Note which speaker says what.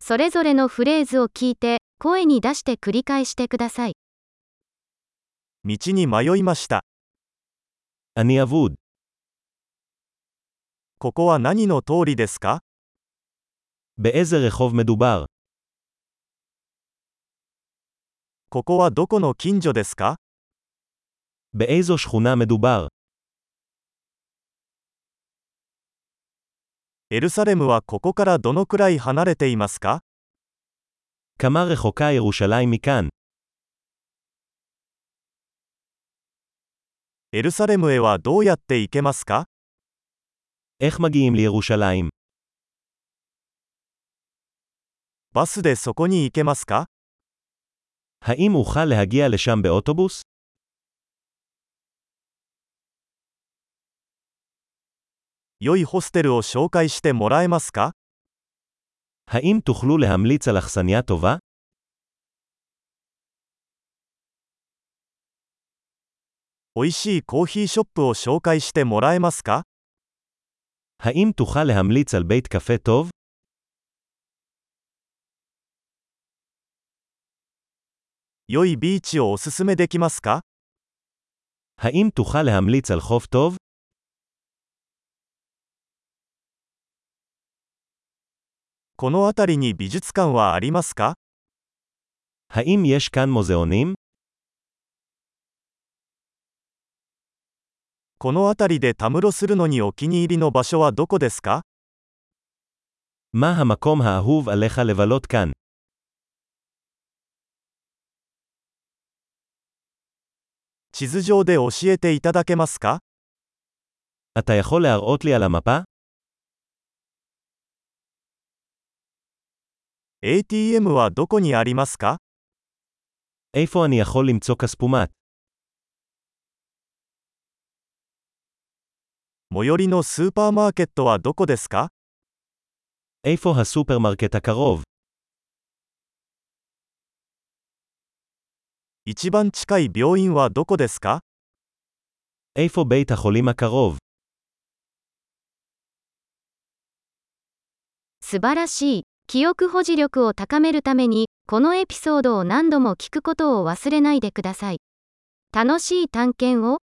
Speaker 1: それぞれのフレーズを聞いて、声に出して繰り返してください。
Speaker 2: 道に迷いました。
Speaker 3: אני אבוד.
Speaker 2: ここは何の通りですか
Speaker 3: באיזה רחוב מדובר?
Speaker 2: ここはどこの近所ですか
Speaker 3: באיזו שכונה מדובר?
Speaker 2: エルサレムはここからどのくらい離れていますか
Speaker 3: כמה רחוקה ירושלים מכאן?
Speaker 2: エルサレムへはどうやって行けますか
Speaker 3: איך מגיעים לירושלים?
Speaker 2: バスでそこに行けますか
Speaker 3: האם אוכל להגיע לשם באוטובוס?
Speaker 2: 良いホステルを紹介してもらえますか
Speaker 3: האם תוכלו להמליץ על אכסניה טובה?
Speaker 2: 美味しいコーヒーショップを紹介してもらえますか
Speaker 3: האם תוכל להמליץ על בית קפה טוב?
Speaker 2: 良いビーチをおすすめできますか
Speaker 3: האם תוכל להמליץ על חוף טוב?
Speaker 2: この辺りに美術館はありますか
Speaker 3: האם יש כאן מוזיאונים?
Speaker 2: この辺りでたむろするのにお気に入りの場所はどこですか
Speaker 3: מה המקום האהוב עליך לבלות כאן?
Speaker 2: 地図上で教えていただけますか
Speaker 3: אתה יכול להראות לי על המפה?
Speaker 2: ATM はどこにありますか
Speaker 3: איפה אני יכול למצוא כספומט?
Speaker 2: 最寄りのスーパーマーケットはどこですか
Speaker 3: איפה הסופרמרקט הקרוב?
Speaker 2: 一番近い病院はどこですか
Speaker 3: איפה בית החולים הקרוב?
Speaker 1: 素晴らしい。記憶保持力を高めるために、このエピソードを何度も聞くことを忘れないでください。楽しい探検を。